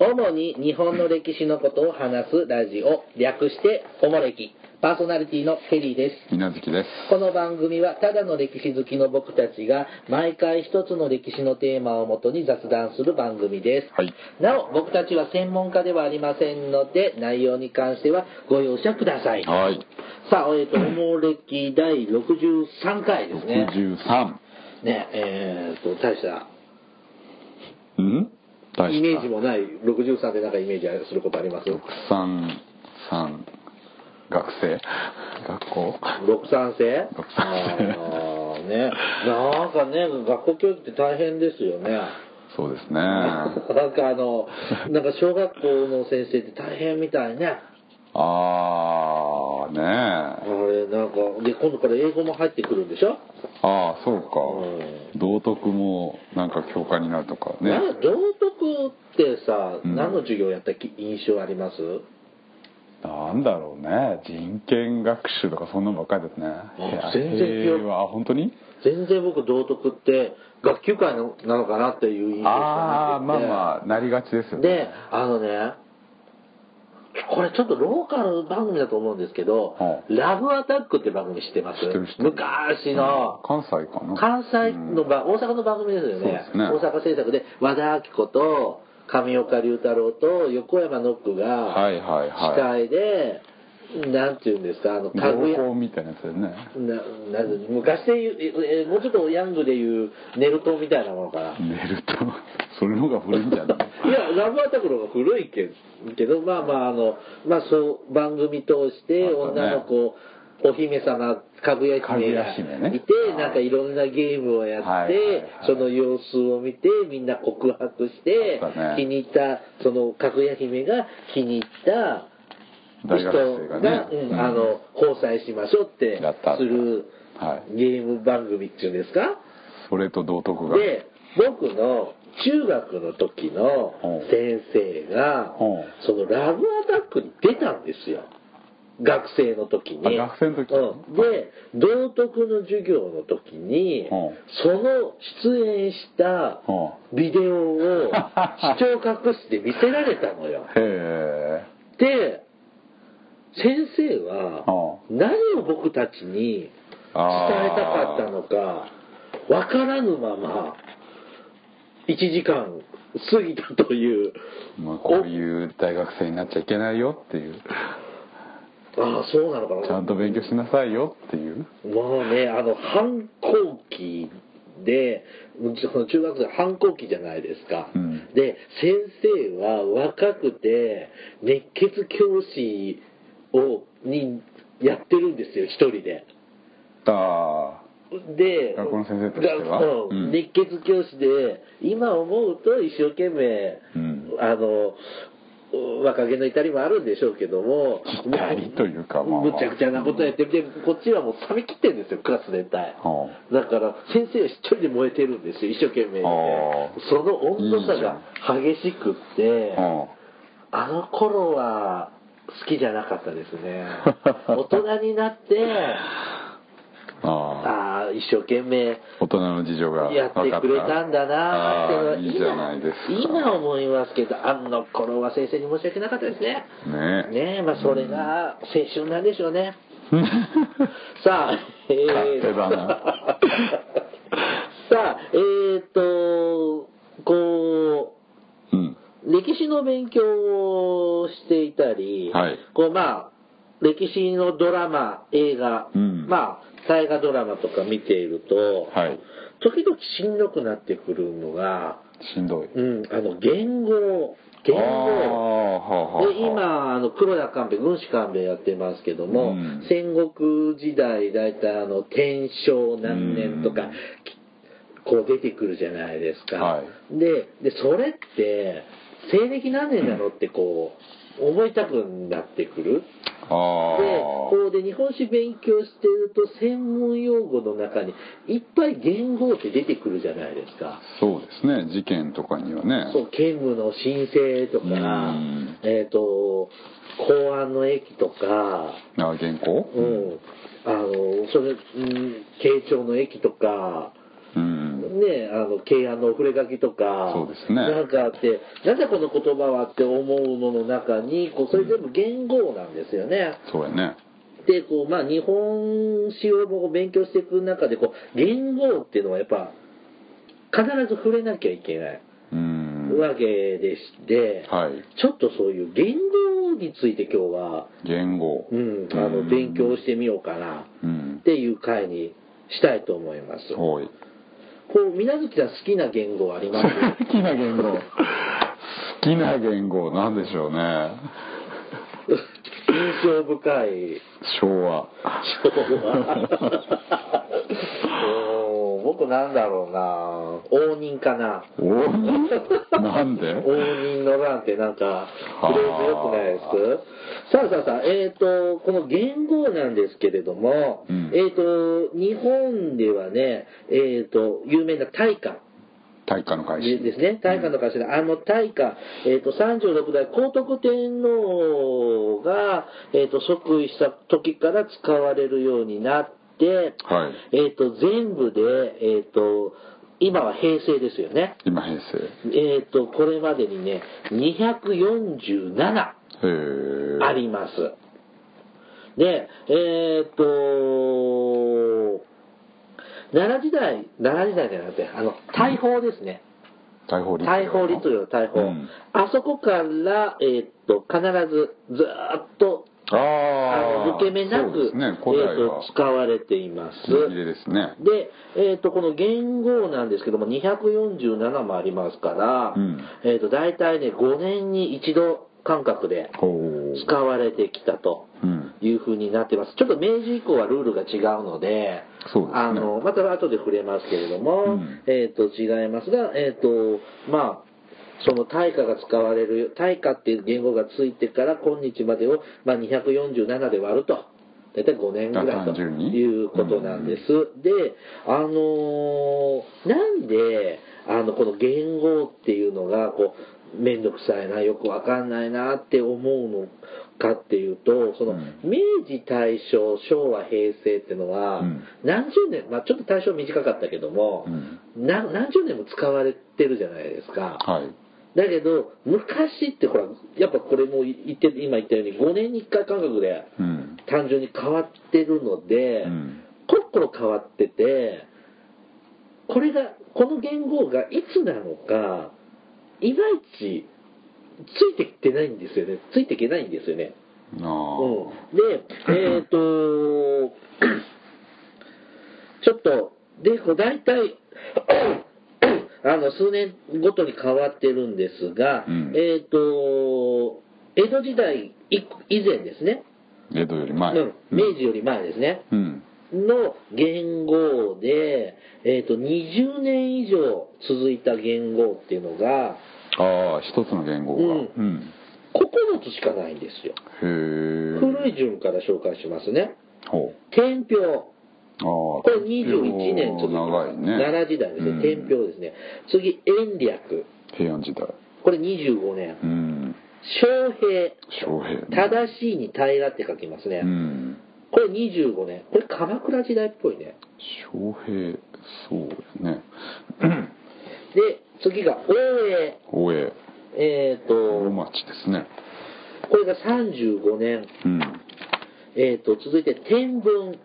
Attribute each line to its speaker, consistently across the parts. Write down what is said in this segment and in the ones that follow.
Speaker 1: 主に日本の歴史のことを話すラジオ、略して、おもれき。パーソナリティのケリーです。
Speaker 2: 稲月です。
Speaker 1: この番組はただの歴史好きの僕たちが毎回一つの歴史のテーマをもとに雑談する番組です。
Speaker 2: はい。
Speaker 1: なお、僕たちは専門家ではありませんので、内容に関してはご容赦ください。
Speaker 2: はい。
Speaker 1: さあ、えっ、と、おもれき第63回ですね。
Speaker 2: 63。
Speaker 1: ね、えっ、と、大した
Speaker 2: うん大した。
Speaker 1: イメージもない63でなんかイメージすることあります
Speaker 2: 63、3、学生。学校
Speaker 1: 六三世
Speaker 2: 六三世
Speaker 1: あーねなんかね学校教育って大変ですよね
Speaker 2: そうですね。
Speaker 1: なんかあのなんか小学校の先生って大変みたいね
Speaker 2: あー、ね
Speaker 1: あ
Speaker 2: え。
Speaker 1: れなんかで今度から英語も入ってくるんでしょ
Speaker 2: あー、そう
Speaker 1: う
Speaker 2: か。道徳もなんか教科になるとかね
Speaker 1: な。道徳ってさ、
Speaker 2: うん
Speaker 1: 何の授業やったき印象あります
Speaker 2: なんだろうね。人権学習とかそんなんばっかりですね。
Speaker 1: 全然記憶
Speaker 2: 平和あ、本当に
Speaker 1: 全然僕道徳って学級会のなのかなっていう印象しか
Speaker 2: あ
Speaker 1: な
Speaker 2: ー、
Speaker 1: くて
Speaker 2: まあまあ、なりがちですよね。
Speaker 1: で、あのね、これちょっとローカル番組だと思うんですけど、
Speaker 2: は
Speaker 1: ラブアタックって番組知ってます
Speaker 2: 知ってる知ってる
Speaker 1: 昔の、
Speaker 2: 関西かな
Speaker 1: 関西のば、大阪の番組ですよね。
Speaker 2: そうですね
Speaker 1: 大阪制作で和田アキ子と上岡龍太郎と横山ノック
Speaker 2: は
Speaker 1: が
Speaker 2: いはい
Speaker 1: 司
Speaker 2: は
Speaker 1: 会で、なんていうんですか、あの、
Speaker 2: い
Speaker 1: かぐや
Speaker 2: 情報みたいなやつだよね
Speaker 1: ななんで昔で言うええ、もうちょっとヤングで言うネルトみたいなものかな。
Speaker 2: 寝ると それの方が古いんじゃない
Speaker 1: いや、ラブアタックの方が古いけけど、まあまあ、あの、まあそう、番組通して、
Speaker 2: あったね
Speaker 1: 女の子、お姫様、かぐや
Speaker 2: かぐ
Speaker 1: 姫
Speaker 2: や
Speaker 1: が
Speaker 2: 姫ね
Speaker 1: いて、
Speaker 2: はい
Speaker 1: なんかいろんなゲームをやって、
Speaker 2: はいはいはい
Speaker 1: その様子を見て、みんな告白して
Speaker 2: あった、ね
Speaker 1: 気に入った、そのかぐや姫が気に入った
Speaker 2: 大
Speaker 1: 人
Speaker 2: 学生が
Speaker 1: が、
Speaker 2: ね
Speaker 1: うん
Speaker 2: うん
Speaker 1: あの、交際しましょうって
Speaker 2: やった
Speaker 1: する
Speaker 2: はい
Speaker 1: ゲーム番組っていうんですか
Speaker 2: それと道徳が
Speaker 1: で僕の中学の時の先生が
Speaker 2: うん
Speaker 1: そのラブアタックに出たんですよ学生の時に
Speaker 2: あ学生の時
Speaker 1: うん、で道徳の授業の時に、
Speaker 2: うん
Speaker 1: その出演した
Speaker 2: う
Speaker 1: ビデオを視聴覚室で見せられたの よ
Speaker 2: へえ
Speaker 1: で先生は
Speaker 2: う
Speaker 1: 何を僕たちに伝えたかったのかわからぬまま1時間過ぎたという
Speaker 2: まあ、こういう大学生になっちゃいけないよっていう
Speaker 1: ああそうなのかな
Speaker 2: ちゃんと勉強しなさいよっていう
Speaker 1: もうねあの反抗期でその中学生反抗期じゃないですか、
Speaker 2: うん
Speaker 1: で先生は若くて熱血教師をにやってるんですよ一人で。
Speaker 2: あ
Speaker 1: で
Speaker 2: 学校の先生としては
Speaker 1: がうん
Speaker 2: うん
Speaker 1: 熱血教師で今思うと一生懸命、
Speaker 2: うん
Speaker 1: あの若気の至りもあるんでしょうけども
Speaker 2: 至りというかまあまあ
Speaker 1: むちゃくちゃなことやってて、こっちはもう冷め切ってるんですよクラス全体、
Speaker 2: は
Speaker 1: だから先生は一人で燃えてるんですよ一生懸命にね
Speaker 2: ああ
Speaker 1: その温度差
Speaker 2: いいじゃ
Speaker 1: が激しくって
Speaker 2: あうん
Speaker 1: あの頃は好きじゃなかったです ね大人になって
Speaker 2: ああ
Speaker 1: ああ一生懸命
Speaker 2: 大人の事情が
Speaker 1: やってくれたんだな
Speaker 2: 分かった
Speaker 1: ーっ
Speaker 2: ああ
Speaker 1: て
Speaker 2: いいじゃないですか
Speaker 1: 今今思いますけどあの頃は先生に申し訳なかったですね
Speaker 2: ねえ
Speaker 1: ねえまあそれが青春なんでしょうね、さあえ
Speaker 2: 勝手
Speaker 1: ー、
Speaker 2: だな
Speaker 1: さあえー、っとこ
Speaker 2: う
Speaker 1: う
Speaker 2: ん
Speaker 1: 歴史の勉強をしていたり、
Speaker 2: はい
Speaker 1: こうまあ歴史のドラマ映画、
Speaker 2: うん
Speaker 1: まあ大河ドラマとか見ていると、
Speaker 2: はい
Speaker 1: 時々しんどくなってくるのが、
Speaker 2: しんどい
Speaker 1: うん、あの言語言
Speaker 2: ああ
Speaker 1: 語
Speaker 2: はあはあはあ
Speaker 1: で今あの黒田官兵衛軍師官兵衛やってますけども、
Speaker 2: うん
Speaker 1: 戦国時代大体あの天正何年とか、
Speaker 2: うん
Speaker 1: きこう出てくるじゃないですか、
Speaker 2: は
Speaker 1: ででそれって西暦何年なのってこう思いたくなってくるで
Speaker 2: あ
Speaker 1: こうで日本史勉強してると専門用語の中にいっぱい言語って出てくるじゃないですか
Speaker 2: あそうですね事件とかにはね
Speaker 1: そう兼務の申請とか
Speaker 2: うん
Speaker 1: えっ、と公安の駅とか
Speaker 2: ああ原稿
Speaker 1: うんあのそれ、うん、慶長の駅とか
Speaker 2: うん
Speaker 1: ね、あの、慶安のお触れ書きとか、
Speaker 2: そうですね
Speaker 1: なんかあって、なぜこの言葉はって思うのの中に、こう、それ全部言語なんですよね。
Speaker 2: そうやね
Speaker 1: で、こう、まあ、日本史をもう勉強していく中で、こう、言語っていうのはやっぱ、必ず触れなきゃいけないう
Speaker 2: ーん
Speaker 1: わけでして、
Speaker 2: はい
Speaker 1: ちょっとそういう言語について今日は、
Speaker 2: 言語
Speaker 1: うん、あの、勉強してみようかな、
Speaker 2: うん
Speaker 1: っていう回にしたいと思います。こ、
Speaker 2: 多いう
Speaker 1: 水無月さん好きな言語あります
Speaker 2: 好きな言語好きな言語なんでしょうね
Speaker 1: 印象深い
Speaker 2: 昭和
Speaker 1: 昭和うーん僕なんだろうな応仁かな
Speaker 2: おーなんで
Speaker 1: 応仁の乱ってなんかフレーズよくないですさあさあさあえっ、とこの元号なんですけれども、
Speaker 2: うん
Speaker 1: えっ、と日本ではねえっ、と有名な大化
Speaker 2: 大化の改新
Speaker 1: ですね、大化の頭、あの大化、えーと36代皇徳天皇が、えーと即位した時から使われるようになって、
Speaker 2: はい
Speaker 1: えーと全部で、えーと今は平成ですよね、
Speaker 2: 今平
Speaker 1: えーとこれまでにね、247
Speaker 2: 成へえ
Speaker 1: あります。で、えーっと、奈良時代、奈良時代じゃなくて、あの、大砲ですね。
Speaker 2: 大法律
Speaker 1: 大砲律令の大砲、
Speaker 2: うん
Speaker 1: あそこから、えーっと、必ずずーっと、あ
Speaker 2: あ
Speaker 1: の
Speaker 2: あ
Speaker 1: 抜け目な
Speaker 2: そうで
Speaker 1: く、
Speaker 2: すね
Speaker 1: え
Speaker 2: 古代
Speaker 1: ーっ
Speaker 2: は
Speaker 1: と使われています。
Speaker 2: 入れですね
Speaker 1: で、えー、とこの元号なんですけども247もありますから、
Speaker 2: うん
Speaker 1: えー、と大体ね5年に一度間隔で
Speaker 2: ほう
Speaker 1: 使われてきたと
Speaker 2: うん
Speaker 1: いうふうになってます。ちょっと明治以降はルールが違うので、
Speaker 2: そうですね
Speaker 1: あのまた後で触れますけれども、
Speaker 2: うん
Speaker 1: えっ、と違いますが、えっ、とまあその対価が使われる対価っていう言語がついてから今日までをまあ247で割ると。大体5年ぐらいと
Speaker 2: 32
Speaker 1: いうことなんです。で、あのーなんで、あの、この言語っていうのが、こう、めんどくさいな、よくわかんないなって思うのかっていうと、その、
Speaker 2: うん
Speaker 1: 明治、大正、昭和、平成ってのは、
Speaker 2: うん
Speaker 1: 何十年、まあ、ちょっと大正短かったけども、
Speaker 2: うん
Speaker 1: な何十年も使われてるじゃないですか。
Speaker 2: はい
Speaker 1: だけど、昔ってほら、やっぱこれも言って、今言ったように5年に1回間隔で
Speaker 2: うん
Speaker 1: 単純に変わってるので、
Speaker 2: うん
Speaker 1: コロコロ変わってて、これが、この言語がいつなのか、いまいちついてきてないんですよね。ついていけないんですよね。
Speaker 2: ああ
Speaker 1: うん、で、えっ、と、 ちょっと、で、こう大体、 あの、数年ごとに変わってるんですが、
Speaker 2: うん
Speaker 1: えっ、と、江戸時代以以前ですね、
Speaker 2: 江戸より前
Speaker 1: うん明治より前ですね、
Speaker 2: うん
Speaker 1: の元号で、えっ、と、20年以上続いた元号っていうのが、
Speaker 2: ああ一つの言語が
Speaker 1: うん
Speaker 2: うん
Speaker 1: 9つしかないんですよ。
Speaker 2: へえ
Speaker 1: 古い順から紹介しますね。
Speaker 2: ほう
Speaker 1: 天平。
Speaker 2: ああこ
Speaker 1: これ21年続く。
Speaker 2: 長いね
Speaker 1: 奈良時代ですね。天
Speaker 2: うん
Speaker 1: 平ですね。次、延暦。
Speaker 2: 平安時代
Speaker 1: これ25年。
Speaker 2: うん
Speaker 1: 昌平。
Speaker 2: 昌平
Speaker 1: 正しいに平らって書きますね。
Speaker 2: うん
Speaker 1: これ25年。これ鎌倉時代っぽいね。
Speaker 2: 昌平そうやね
Speaker 1: で、次が応永。
Speaker 2: 大江
Speaker 1: えっ、
Speaker 2: 大
Speaker 1: と、
Speaker 2: 町ですね
Speaker 1: これが35年。
Speaker 2: うん
Speaker 1: えっ、と、続いて天文。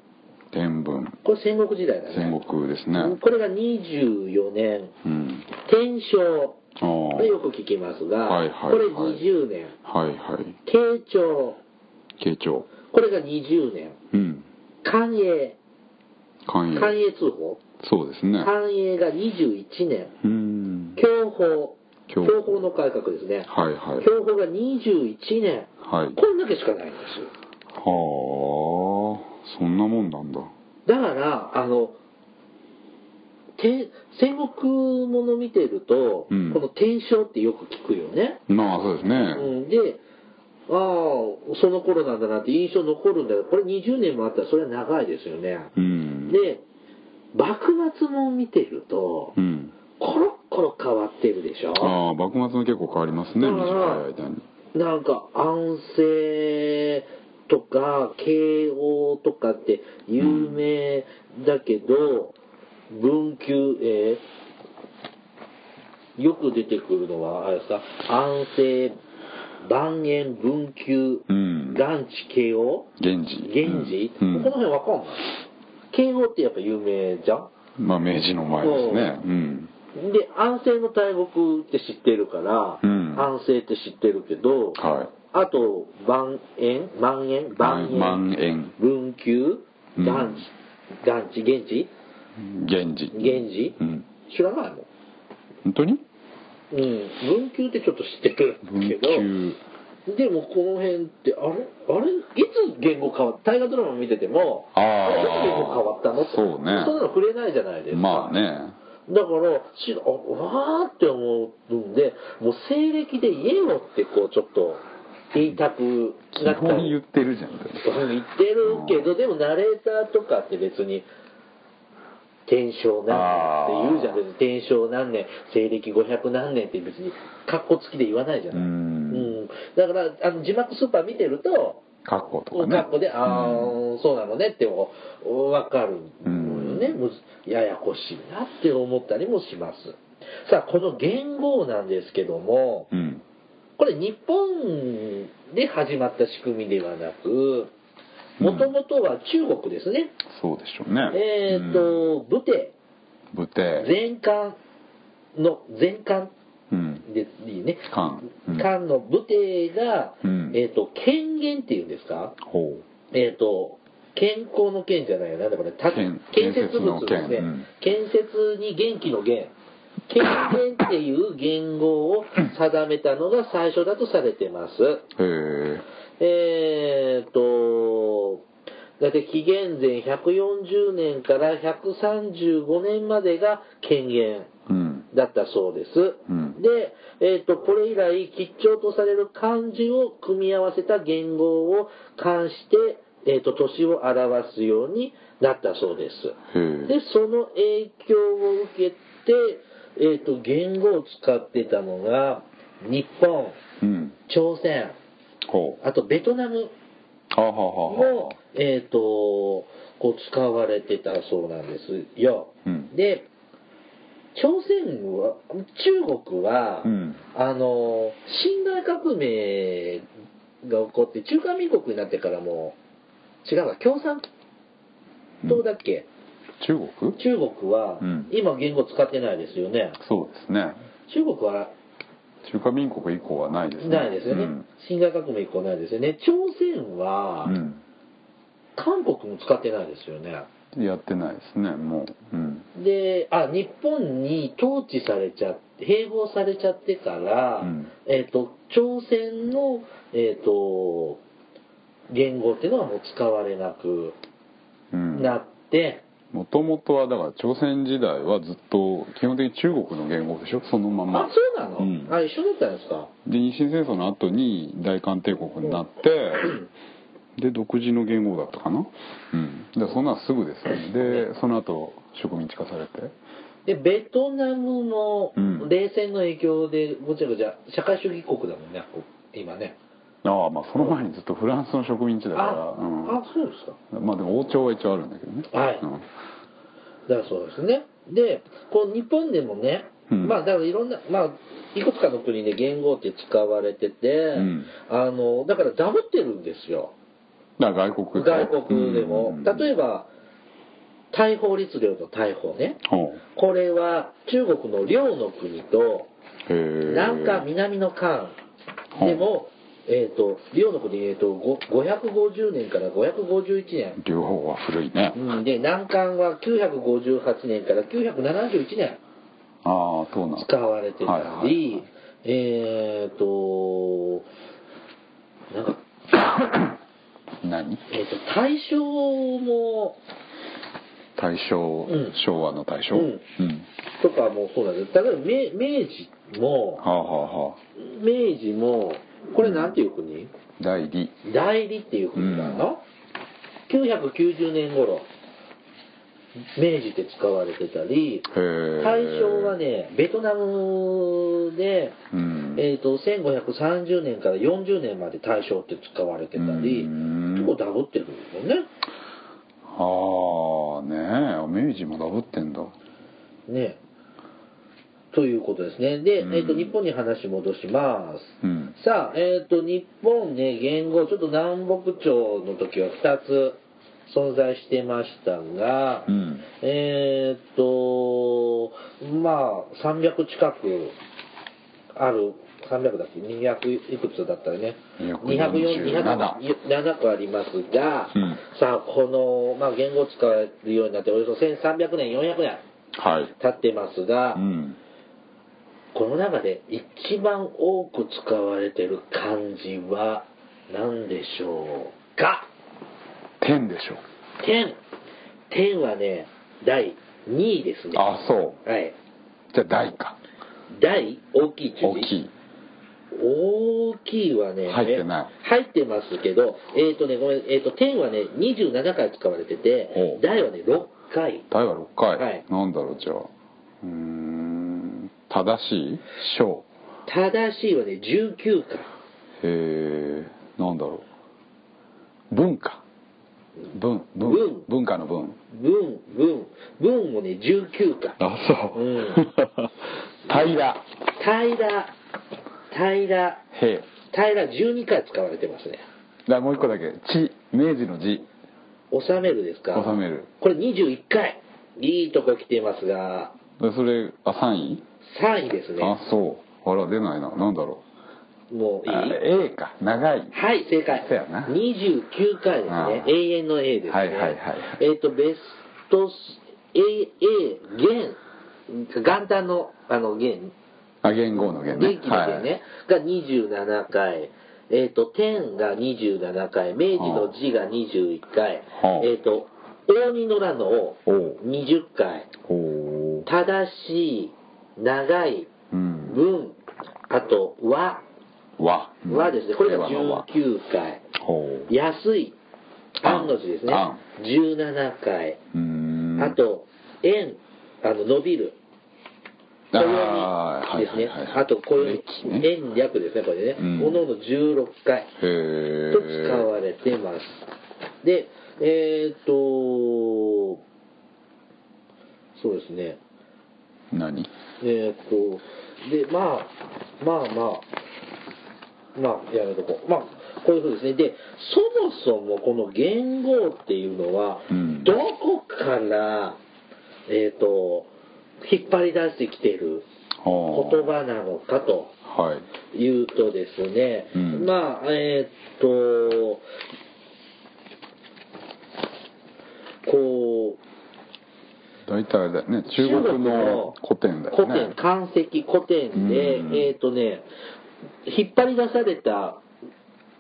Speaker 2: 天文
Speaker 1: これ戦国時代だね。
Speaker 2: 戦国ですね
Speaker 1: これが24年。
Speaker 2: うん
Speaker 1: 天正。
Speaker 2: ああ
Speaker 1: これよく聞きますが、
Speaker 2: はいはいはい
Speaker 1: これ20年。
Speaker 2: はいはい
Speaker 1: 慶長。
Speaker 2: 慶長
Speaker 1: これが20年。
Speaker 2: うん
Speaker 1: 寛永。
Speaker 2: 寛
Speaker 1: 寛
Speaker 2: 永
Speaker 1: 永通報。
Speaker 2: そうですね
Speaker 1: 寛永が21年。
Speaker 2: うん
Speaker 1: 享保。
Speaker 2: 享保
Speaker 1: 享保の改革ですね。
Speaker 2: はいはい
Speaker 1: 享保が21年。
Speaker 2: はい
Speaker 1: これだけしかないんですよ。
Speaker 2: はあそんなもんなんだ
Speaker 1: だから、あの、て戦国もの見てると、
Speaker 2: うん
Speaker 1: この天正ってよく聞くよね。
Speaker 2: まあそうですね、
Speaker 1: うん、で、ああ、その頃なんだなって印象残るんだけど、これ20年もあったらそれは長いですよね。
Speaker 2: うん
Speaker 1: で、幕末も見てると、
Speaker 2: うん
Speaker 1: コロッコロ変わってるでしょ
Speaker 2: ああ幕末の結構変わりますね
Speaker 1: うん
Speaker 2: 短い間に
Speaker 1: なんか安政とか慶応とかって有名だけど、文久、えーよく出てくるのは、あれですか、安政、万延、文久、
Speaker 2: うん
Speaker 1: 元治、慶応、
Speaker 2: 源氏
Speaker 1: 源氏、
Speaker 2: うんうん
Speaker 1: この辺わかんない。慶応ってやっぱ有名じゃん
Speaker 2: まあ明治の前ですねうん
Speaker 1: で、安政の大国って知ってるから、
Speaker 2: うん
Speaker 1: 安政って知ってるけど、
Speaker 2: はい
Speaker 1: あと、万円、万円、万円、
Speaker 2: 万円
Speaker 1: 文久、
Speaker 2: うん
Speaker 1: 団地、団地、現地、
Speaker 2: 源氏
Speaker 1: 現地、
Speaker 2: うん
Speaker 1: 知らないもん。
Speaker 2: 本当に
Speaker 1: うん、文久ってちょっと知ってる
Speaker 2: 文
Speaker 1: けど、
Speaker 2: 久
Speaker 1: でもこの辺って、あれあれいつ言語変わった大河ドラマ見てても、
Speaker 2: あー
Speaker 1: れいつ言語変わったのって
Speaker 2: そう
Speaker 1: そ
Speaker 2: ね
Speaker 1: んなの触れないじゃないですか。
Speaker 2: まあね
Speaker 1: だから、しあわーって思うんで、もう西暦で言えよってこう、ちょっと言いたく
Speaker 2: 基
Speaker 1: なった
Speaker 2: 本言ってるじゃん
Speaker 1: うん言ってるけど、でもナレーターとかって別に、天正何年って言うじゃん、
Speaker 2: あー
Speaker 1: 別に天正何年、西暦500何年って別に、格好付きで言わないじゃない。
Speaker 2: うん
Speaker 1: うんだから、あの字幕スーパー見てると、
Speaker 2: カッコと
Speaker 1: こ
Speaker 2: か
Speaker 1: う
Speaker 2: ね
Speaker 1: カッコで、ああ、そうなのねっておおわかるのよね、むずややこしいなって思ったりもします。さあ、この元号なんですけども、
Speaker 2: うん
Speaker 1: これ日本で始まった仕組みではなく、もともとは中国ですね。
Speaker 2: そうでしょうね
Speaker 1: えっ、と、武帝、
Speaker 2: うん武帝
Speaker 1: 前漢の、前漢
Speaker 2: うん
Speaker 1: でいいね。
Speaker 2: 漢うん
Speaker 1: 漢の武帝が、
Speaker 2: うん
Speaker 1: えっ、と、権限っていうんですか
Speaker 2: ほう
Speaker 1: えっ、と、健康の健じゃないよ、なんだこれ、た建
Speaker 2: 建
Speaker 1: 設物ですね建
Speaker 2: 建設の建うん。
Speaker 1: 設に元気の元。権限っていう言語を定めたのが最初だとされてます。
Speaker 2: へえ
Speaker 1: えーっと、だいたい紀元前140年から135年までが権限
Speaker 2: うん
Speaker 1: だったそうです。
Speaker 2: うん
Speaker 1: で、えーっと、これ以来、吉兆とされる漢字を組み合わせた言語を冠して、えーっと、年を表すようになったそうです。
Speaker 2: へえ
Speaker 1: で、その影響を受けて、えーっと、言語を使ってたのが、日本、
Speaker 2: うん
Speaker 1: 朝鮮、
Speaker 2: ほう
Speaker 1: あとベトナム
Speaker 2: はあはあはあは
Speaker 1: も、えっ、と、こう使われてたそうなんですよ。
Speaker 2: うん
Speaker 1: で、朝鮮は、中国は、
Speaker 2: うん
Speaker 1: あの、辛亥革命が起こって、中華民国になってからもう、違うわ、共産党だっけ、
Speaker 2: あ中国
Speaker 1: 中国は、
Speaker 2: うん
Speaker 1: 今言語使ってないですよね。
Speaker 2: そうですね
Speaker 1: 中国は
Speaker 2: 中華民国以降はないですね
Speaker 1: ないですよね。
Speaker 2: うん
Speaker 1: 辛亥革命以降ないですよね。朝鮮は、韓国も使ってないですよね。
Speaker 2: うんやってないですねもううん
Speaker 1: であ日本に統治されちゃって併合されちゃってから、
Speaker 2: うん
Speaker 1: えっと朝鮮の、えっと言語っていうのはもう使われなく
Speaker 2: うん
Speaker 1: なって、
Speaker 2: もともとはだから朝鮮時代はずっと基本的に中国の言語でしょそのまま
Speaker 1: あそうなの、
Speaker 2: ん
Speaker 1: あ一緒だったんですか
Speaker 2: で日清戦争の後に大韓帝国になって、で独自の言語だったかなうんでそんなのすぐですよねでその後植民地化されて
Speaker 1: でベトナムの
Speaker 2: うん
Speaker 1: 冷戦の影響でごちゃごちゃ社会主義国だもんねこ今ね
Speaker 2: ああまあその前にずっとフランスの植民地だか
Speaker 1: あ、
Speaker 2: らうん
Speaker 1: あそうですか
Speaker 2: まあでも王朝は一応あるんだけどね
Speaker 1: はい
Speaker 2: うん
Speaker 1: だそうですね。で、こう日本でもね、
Speaker 2: うん
Speaker 1: まあだからいろんな、まあ、いくつかの国で言語って使われてて、
Speaker 2: ん
Speaker 1: あの、だからダブってるんですよ。
Speaker 2: だから外国
Speaker 1: 外国でも。例
Speaker 2: え
Speaker 1: えば、大法律令の大法ね。
Speaker 2: ばほう
Speaker 1: これは中国の領の国と、
Speaker 2: へえ
Speaker 1: 南下南の韓
Speaker 2: うん
Speaker 1: でも、えっ、と、領の国、えっ、と、ご550年から551年。
Speaker 2: 両方は古いね、
Speaker 1: うん、で、南韓は958年から971年。
Speaker 2: ああそうなんだ
Speaker 1: 使われてたり、
Speaker 2: はいはい
Speaker 1: えっ、と、なんか、
Speaker 2: 何
Speaker 1: えっ、と、大正も、
Speaker 2: 大正、
Speaker 1: うん
Speaker 2: 昭和の大正
Speaker 1: う
Speaker 2: うんん、
Speaker 1: とかもそうなんです。例えば明、明治も
Speaker 2: は、あはあはあ
Speaker 1: 明治も、これなんていう国、
Speaker 2: 代理
Speaker 1: 代理っていう国なの、?990 年頃、明治って使われてたり、
Speaker 2: へえ
Speaker 1: 大正はね、ベトナムで、
Speaker 2: うん
Speaker 1: えー、と1530年から40年まで大正って使われてたり
Speaker 2: うん
Speaker 1: 結構ダブってるんですよね
Speaker 2: あああね明治もダブってんだ
Speaker 1: ねということですね。で、
Speaker 2: うん
Speaker 1: えっ、と、日本に話戻します。
Speaker 2: うん
Speaker 1: さあ、えっ、と、日本ね、言語、ちょっと南北朝の時は2つ存在してましたが、
Speaker 2: うん
Speaker 1: えっ、と、まあ、300近くある、300だっけ ?200 いくつだったらね。
Speaker 2: 247
Speaker 1: 247個ありますが、
Speaker 2: うん
Speaker 1: さあ、この、まあ、言語を使えるようになって、およそ1300年、400年
Speaker 2: はい
Speaker 1: 経ってますが、
Speaker 2: うん
Speaker 1: この中で一番多く使われてる漢字は何でしょうか
Speaker 2: 天でしょ
Speaker 1: 天天はね第2位ですね
Speaker 2: あそ
Speaker 1: はい、
Speaker 2: うじゃあ大か
Speaker 1: 第大きい中字
Speaker 2: 大きい
Speaker 1: 大きいはね
Speaker 2: 入ってない
Speaker 1: 入ってますけどえっ、とねごめん、えー、と天はね27回使われてて
Speaker 2: ほう
Speaker 1: 大はね6回
Speaker 2: 大は6回、
Speaker 1: はい
Speaker 2: なんだろうじゃあうーん正しい小
Speaker 1: 正しいはね19回
Speaker 2: えー、なんだろう文化文
Speaker 1: 文
Speaker 2: 文文化の文
Speaker 1: 文文文もね19回
Speaker 2: あそう、
Speaker 1: うん
Speaker 2: 平
Speaker 1: 平ら平ら
Speaker 2: 平
Speaker 1: 平ら12回使われてますね
Speaker 2: だもう一個だけ「地」明治の字
Speaker 1: 収めるですか
Speaker 2: 収める
Speaker 1: これ21回いいとこ来てますが
Speaker 2: でそれあ3位、
Speaker 1: 3位ですね
Speaker 2: あそうあら出ないななんだろ
Speaker 1: もう
Speaker 2: う
Speaker 1: いい
Speaker 2: あ A か長い
Speaker 1: はい正解
Speaker 2: そうやな
Speaker 1: 29回です
Speaker 2: あ
Speaker 1: ね
Speaker 2: あ
Speaker 1: 永遠の A ですね
Speaker 2: はいはいはい
Speaker 1: えっ、とベストス AA 元元旦のあの元
Speaker 2: あ元号の元ね
Speaker 1: 元気の元ね、が27回、えっ、と、天が27回、明治の字が21回、
Speaker 2: はあ
Speaker 1: えっ、と、大仁の乱の王
Speaker 2: おう
Speaker 1: 20回、
Speaker 2: はい、おう
Speaker 1: 正しい、長い、
Speaker 2: うん
Speaker 1: 文、あと、和、
Speaker 2: 和
Speaker 1: 和ですね、これが
Speaker 2: 平和の和
Speaker 1: 19回、
Speaker 2: ほうう
Speaker 1: 安い、安の字ですね
Speaker 2: 安、
Speaker 1: 17回、
Speaker 2: ーん
Speaker 1: あと、円、あの、伸びる、
Speaker 2: あー
Speaker 1: 暦ですね
Speaker 2: はいはいはい。はい
Speaker 1: あと、こういう
Speaker 2: 歴ね
Speaker 1: 円略ですね、これね。
Speaker 2: うん
Speaker 1: おのおの16回
Speaker 2: へ
Speaker 1: と
Speaker 2: え
Speaker 1: 使われてます。で、えーっと、そうですね。
Speaker 2: 何
Speaker 1: えーっと、で、まあ、まあまあ、まあ、やめとこう。まあ、こういうふうですね。で、そもそもこの元号っていうのは、
Speaker 2: うん
Speaker 1: どこから、えーっと、引っ張り出してきてる
Speaker 2: ほう
Speaker 1: 言葉なのかと
Speaker 2: はい
Speaker 1: いうとですね、
Speaker 2: うん
Speaker 1: まあえーっとこう
Speaker 2: 大体あれだよね中国の古典だよね
Speaker 1: 古典漢石古典で、
Speaker 2: うん
Speaker 1: えーっとね引っ張り出された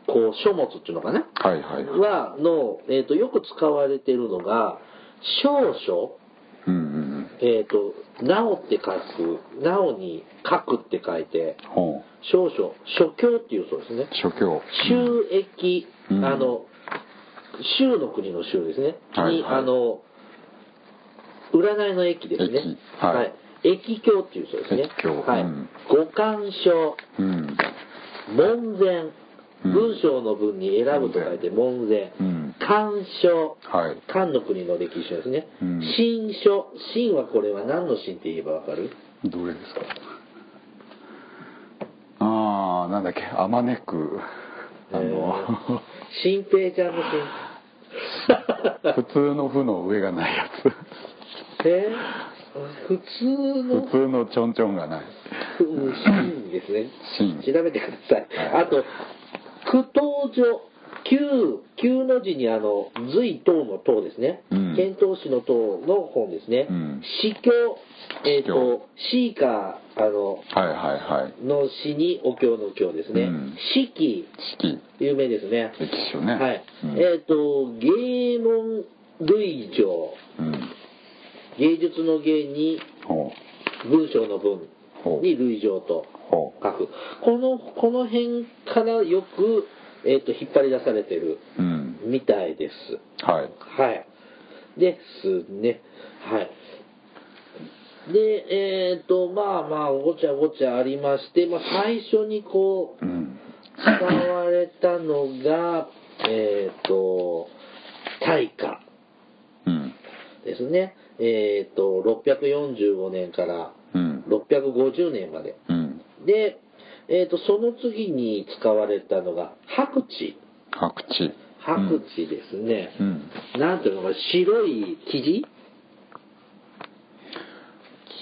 Speaker 1: こう書物っていうのかな
Speaker 2: はいはいはい
Speaker 1: はの、えーっとよく使われてるのが「少書」
Speaker 2: うんうん
Speaker 1: えーっと「なお」って書く「なお」に「書く」って書いて
Speaker 2: うんほう
Speaker 1: 「少書」「書経」っていうそうですね
Speaker 2: 諸教
Speaker 1: 収益、
Speaker 2: うん
Speaker 1: あの州の国の州ですね、
Speaker 2: はい
Speaker 1: に
Speaker 2: はい
Speaker 1: あの占いの駅ですね
Speaker 2: 駅はい
Speaker 1: 駅経っていうそうですね
Speaker 2: 駅経
Speaker 1: はい
Speaker 2: うん
Speaker 1: 五感書
Speaker 2: うん
Speaker 1: 門前
Speaker 2: うん
Speaker 1: 文章の文に選ぶと書いて門前
Speaker 2: うん
Speaker 1: 漢書
Speaker 2: はい
Speaker 1: 漢の国の歴史書ですね
Speaker 2: うん
Speaker 1: 新書新はこれは何の新って言えばわかる
Speaker 2: どれですかああなんだっけあまねくあの、
Speaker 1: 新平ちゃんの 新
Speaker 2: 普通の「負の上がないやつ
Speaker 1: え普通の
Speaker 2: 普通のちょんちょんがない
Speaker 1: うんシーンですね。
Speaker 2: 真
Speaker 1: 調べてください。
Speaker 2: はい
Speaker 1: あと、苦闘所、九、九の字にあの、隋唐の唐ですね。
Speaker 2: うん
Speaker 1: 遣唐使の唐の本ですね
Speaker 2: うん。
Speaker 1: 死教、えっ、
Speaker 2: 死
Speaker 1: と
Speaker 2: 教、
Speaker 1: シーカー、あの、
Speaker 2: はいはいはい
Speaker 1: の死にお経の経ですね
Speaker 2: うん。
Speaker 1: 四季、
Speaker 2: 式
Speaker 1: 有名ですね。
Speaker 2: 歴史書ね
Speaker 1: はい。
Speaker 2: うん
Speaker 1: えっ、と、芸門類上、
Speaker 2: うん
Speaker 1: 芸術の芸に
Speaker 2: ほ
Speaker 1: 文章の文
Speaker 2: うほ
Speaker 1: に類上と。
Speaker 2: うほ
Speaker 1: 書くこのこの辺からよく、えー、と引っ張り出されてる
Speaker 2: ううん
Speaker 1: みたいです
Speaker 2: はい
Speaker 1: はいですねはいでえっ、とまあまあごちゃごちゃありまして、まあ、最初にこう
Speaker 2: うん
Speaker 1: 使われたのがえっと大化
Speaker 2: うん
Speaker 1: でですね、えっ、と、645年から
Speaker 2: うん
Speaker 1: 650年まで。
Speaker 2: うん
Speaker 1: で、えっ、と、その次に使われたのが、白地。
Speaker 2: 白地
Speaker 1: 白地ですね。
Speaker 2: うん
Speaker 1: なんていうのかな、白い生地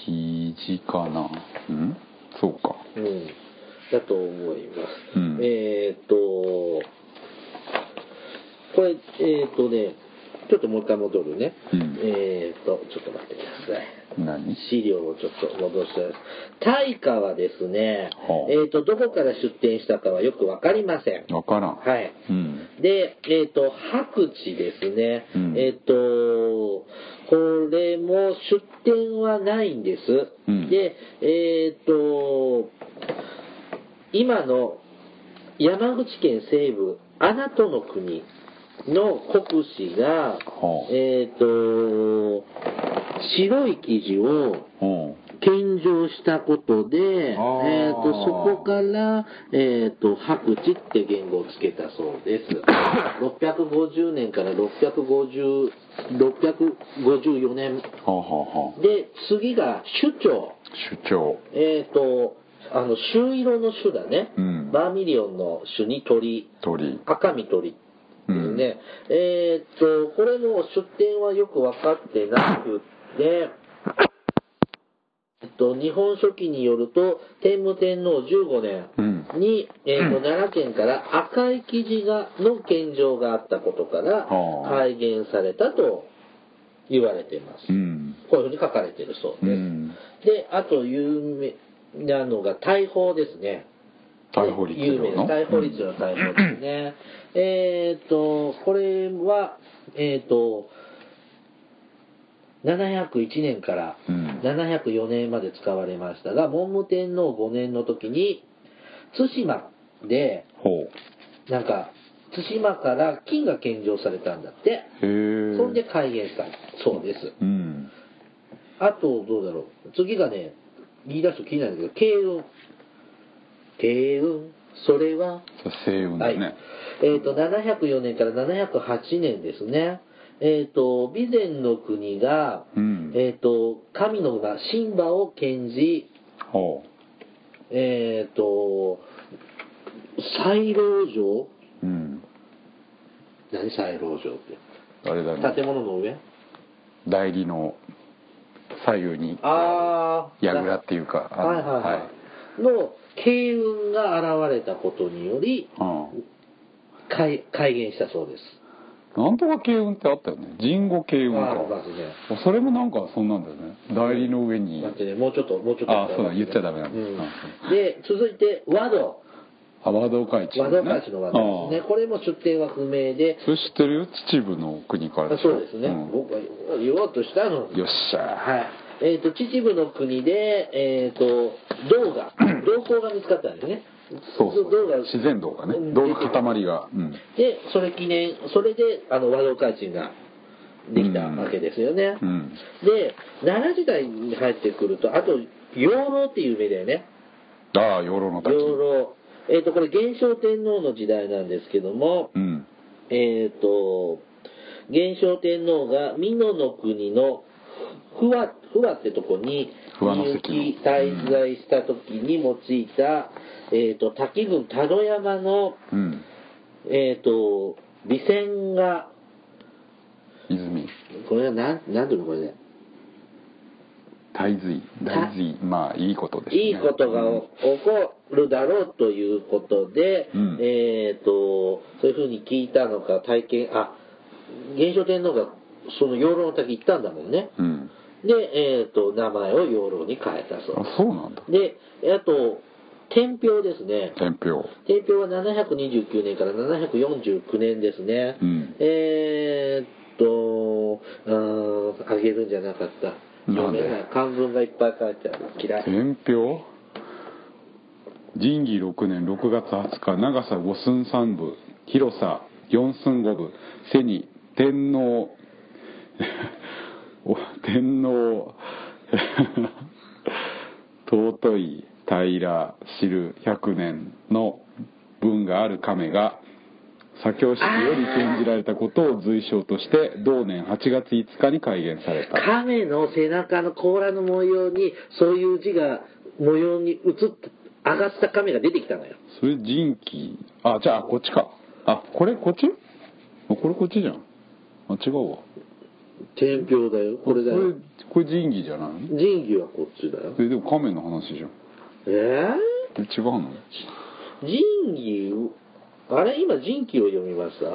Speaker 2: 生地かなうんそうか
Speaker 1: うん、だと思います。
Speaker 2: うん
Speaker 1: えーっと、これ、えーっとね、ちょっともう一回戻るね。
Speaker 2: うん
Speaker 1: えーっと、ちょっと待ってください。
Speaker 2: 何
Speaker 1: 資料をちょっと戻して大化はですね、
Speaker 2: はあ
Speaker 1: えーっと、どこから出展したかはよくわかりません。
Speaker 2: わからん
Speaker 1: はい。
Speaker 2: うん
Speaker 1: で、えっ、と、白地ですね。
Speaker 2: うん
Speaker 1: えっ、と、これも出店はないんです。
Speaker 2: うん
Speaker 1: で、えっ、と、今の山口県西部、あなたの国の国司が、
Speaker 2: はあ
Speaker 1: えっ、と、白い生地を
Speaker 2: うん
Speaker 1: 献上したことで、えっ、と、そこから、えっ、と、白地って言語をつけたそうです。650年から650、654年。
Speaker 2: はあはあはあ
Speaker 1: で、次が首長。
Speaker 2: 主張
Speaker 1: えっ、と、あの、朱色の朱だね。
Speaker 2: うん
Speaker 1: バーミリオンの朱に鳥。
Speaker 2: 鳥
Speaker 1: 赤身鳥ですね。
Speaker 2: うん
Speaker 1: えっ、と、これも出典はよく分かってなくって、えっと、日本書紀によると、天武天皇15年
Speaker 2: うん
Speaker 1: に、えーと奈良県から赤い生地がの献上があったことから
Speaker 2: はあ
Speaker 1: 改元されたと言われています。
Speaker 2: うん
Speaker 1: こういうふうに書かれているそう
Speaker 2: う
Speaker 1: です。
Speaker 2: ん
Speaker 1: で、あと有名なのが大砲ですね。
Speaker 2: 大法律
Speaker 1: 有名
Speaker 2: の
Speaker 1: な大法律の大法ですね。えーっと、これは、えーっと、701年から
Speaker 2: うん
Speaker 1: 704年まで使われましたが、文武天皇5年の時に、対馬で、
Speaker 2: ほ
Speaker 1: なんか、対馬から金が献上されたんだって、
Speaker 2: うへえ
Speaker 1: そんで改元したそうです。
Speaker 2: うん
Speaker 1: あと、どうだろう。次がね、言い出すと気になるんだけど、慶雲。慶雲。それは、
Speaker 2: それ星雲だ
Speaker 1: はい。
Speaker 2: ね
Speaker 1: えっ、と、704年から708年ですね。えっ、と、備前の国が、
Speaker 2: うん
Speaker 1: えっ、と、神の馬、神馬を献じ、
Speaker 2: ほ
Speaker 1: えっ、と、西老城
Speaker 2: ううん
Speaker 1: 何西老城っ
Speaker 2: あれだ
Speaker 1: て。建
Speaker 2: ね
Speaker 1: 物の上
Speaker 2: 代理の左右に
Speaker 1: あー。
Speaker 2: やぐらっていうかあの
Speaker 1: はいはいはい。の、慶雲が現れたことにより、
Speaker 2: はいうん
Speaker 1: 改改元したそうです。
Speaker 2: なんとか慶雲ってあったよね神護慶雲
Speaker 1: あー
Speaker 2: か
Speaker 1: ますね。
Speaker 2: それもなんかそんなんだよね代理の上に
Speaker 1: 待ってね、もうちょっと、もうちょっと。
Speaker 2: あそうだ言っちゃダメなんだ
Speaker 1: うん
Speaker 2: あ
Speaker 1: で、続いて、和道。
Speaker 2: あ和道会地
Speaker 1: 和道会地の和道です
Speaker 2: あ
Speaker 1: ね。これも出典は不明で
Speaker 2: あ、それ知ってるよ秩父の国から
Speaker 1: あ
Speaker 2: しょ
Speaker 1: そうですね。
Speaker 2: ん
Speaker 1: 僕は言おうとしたのに
Speaker 2: よっしゃ
Speaker 1: はい。えっ、と、秩父の国で、えっ、と、銅 が、銅鉱が見つかったんですね。
Speaker 2: そうそ
Speaker 1: 銅が
Speaker 2: う自然道がね
Speaker 1: うん
Speaker 2: 道の塊がうん
Speaker 1: で、それ記念、それで、あの、和道会人ができたわけですよね。
Speaker 2: うん
Speaker 1: で、奈良時代に入ってくると、あと、養老っていう名だよね。
Speaker 2: ああ養老の滝
Speaker 1: 養老。えっ、と、これ、元正天皇の時代なんですけども、
Speaker 2: うん
Speaker 1: えっ、と、元正天皇が美濃の国の不和不和ってとこに
Speaker 2: 不和の
Speaker 1: 入
Speaker 2: 関の
Speaker 1: き滞在した時に用いた、えっ、と、滝郡田戸山の、
Speaker 2: うん
Speaker 1: えっ、と、備線が、
Speaker 2: 泉
Speaker 1: これはなん、なんていうのこれね。
Speaker 2: 大隋大隋まあいいことですね
Speaker 1: いいことが
Speaker 2: うん
Speaker 1: 起こるだろうということで、
Speaker 2: うん
Speaker 1: えっ、と、そういうふうに聞いたのか、体験、あ、元正天皇がその養老の滝行ったんだもんね。
Speaker 2: うん
Speaker 1: で、えっ、と、名前を養老に変えたそう
Speaker 2: あそうなんだ
Speaker 1: で。で、あと、天平ですね。
Speaker 2: 天平
Speaker 1: 天平は729年から749年ですね。
Speaker 2: うん
Speaker 1: えーっと、うーん、あげるんじゃなかった。
Speaker 2: なんで
Speaker 1: 読めない漢文がいっぱい書いてある。嫌い。
Speaker 2: 天平仁義6年6月20日長さ5寸3部広さ4寸5部背に天皇 お天皇 尊い平知る100年の文がある亀が左京市より禁じられたことを随称として同年8月5日に改元された
Speaker 1: 亀の背中の甲羅の模様にそういう字が模様に移って上がった亀が出てきたのよ
Speaker 2: それ人気あじゃあこっちかあこれこっちあこれこっちじゃんあ違うわ
Speaker 1: 天平だよこれだよ
Speaker 2: これこれ仁義じゃないの
Speaker 1: 仁義はこっちだよ
Speaker 2: えでも亀の話じゃん
Speaker 1: え
Speaker 2: え違う
Speaker 1: え
Speaker 2: の
Speaker 1: 仁義あれ今仁義を読みました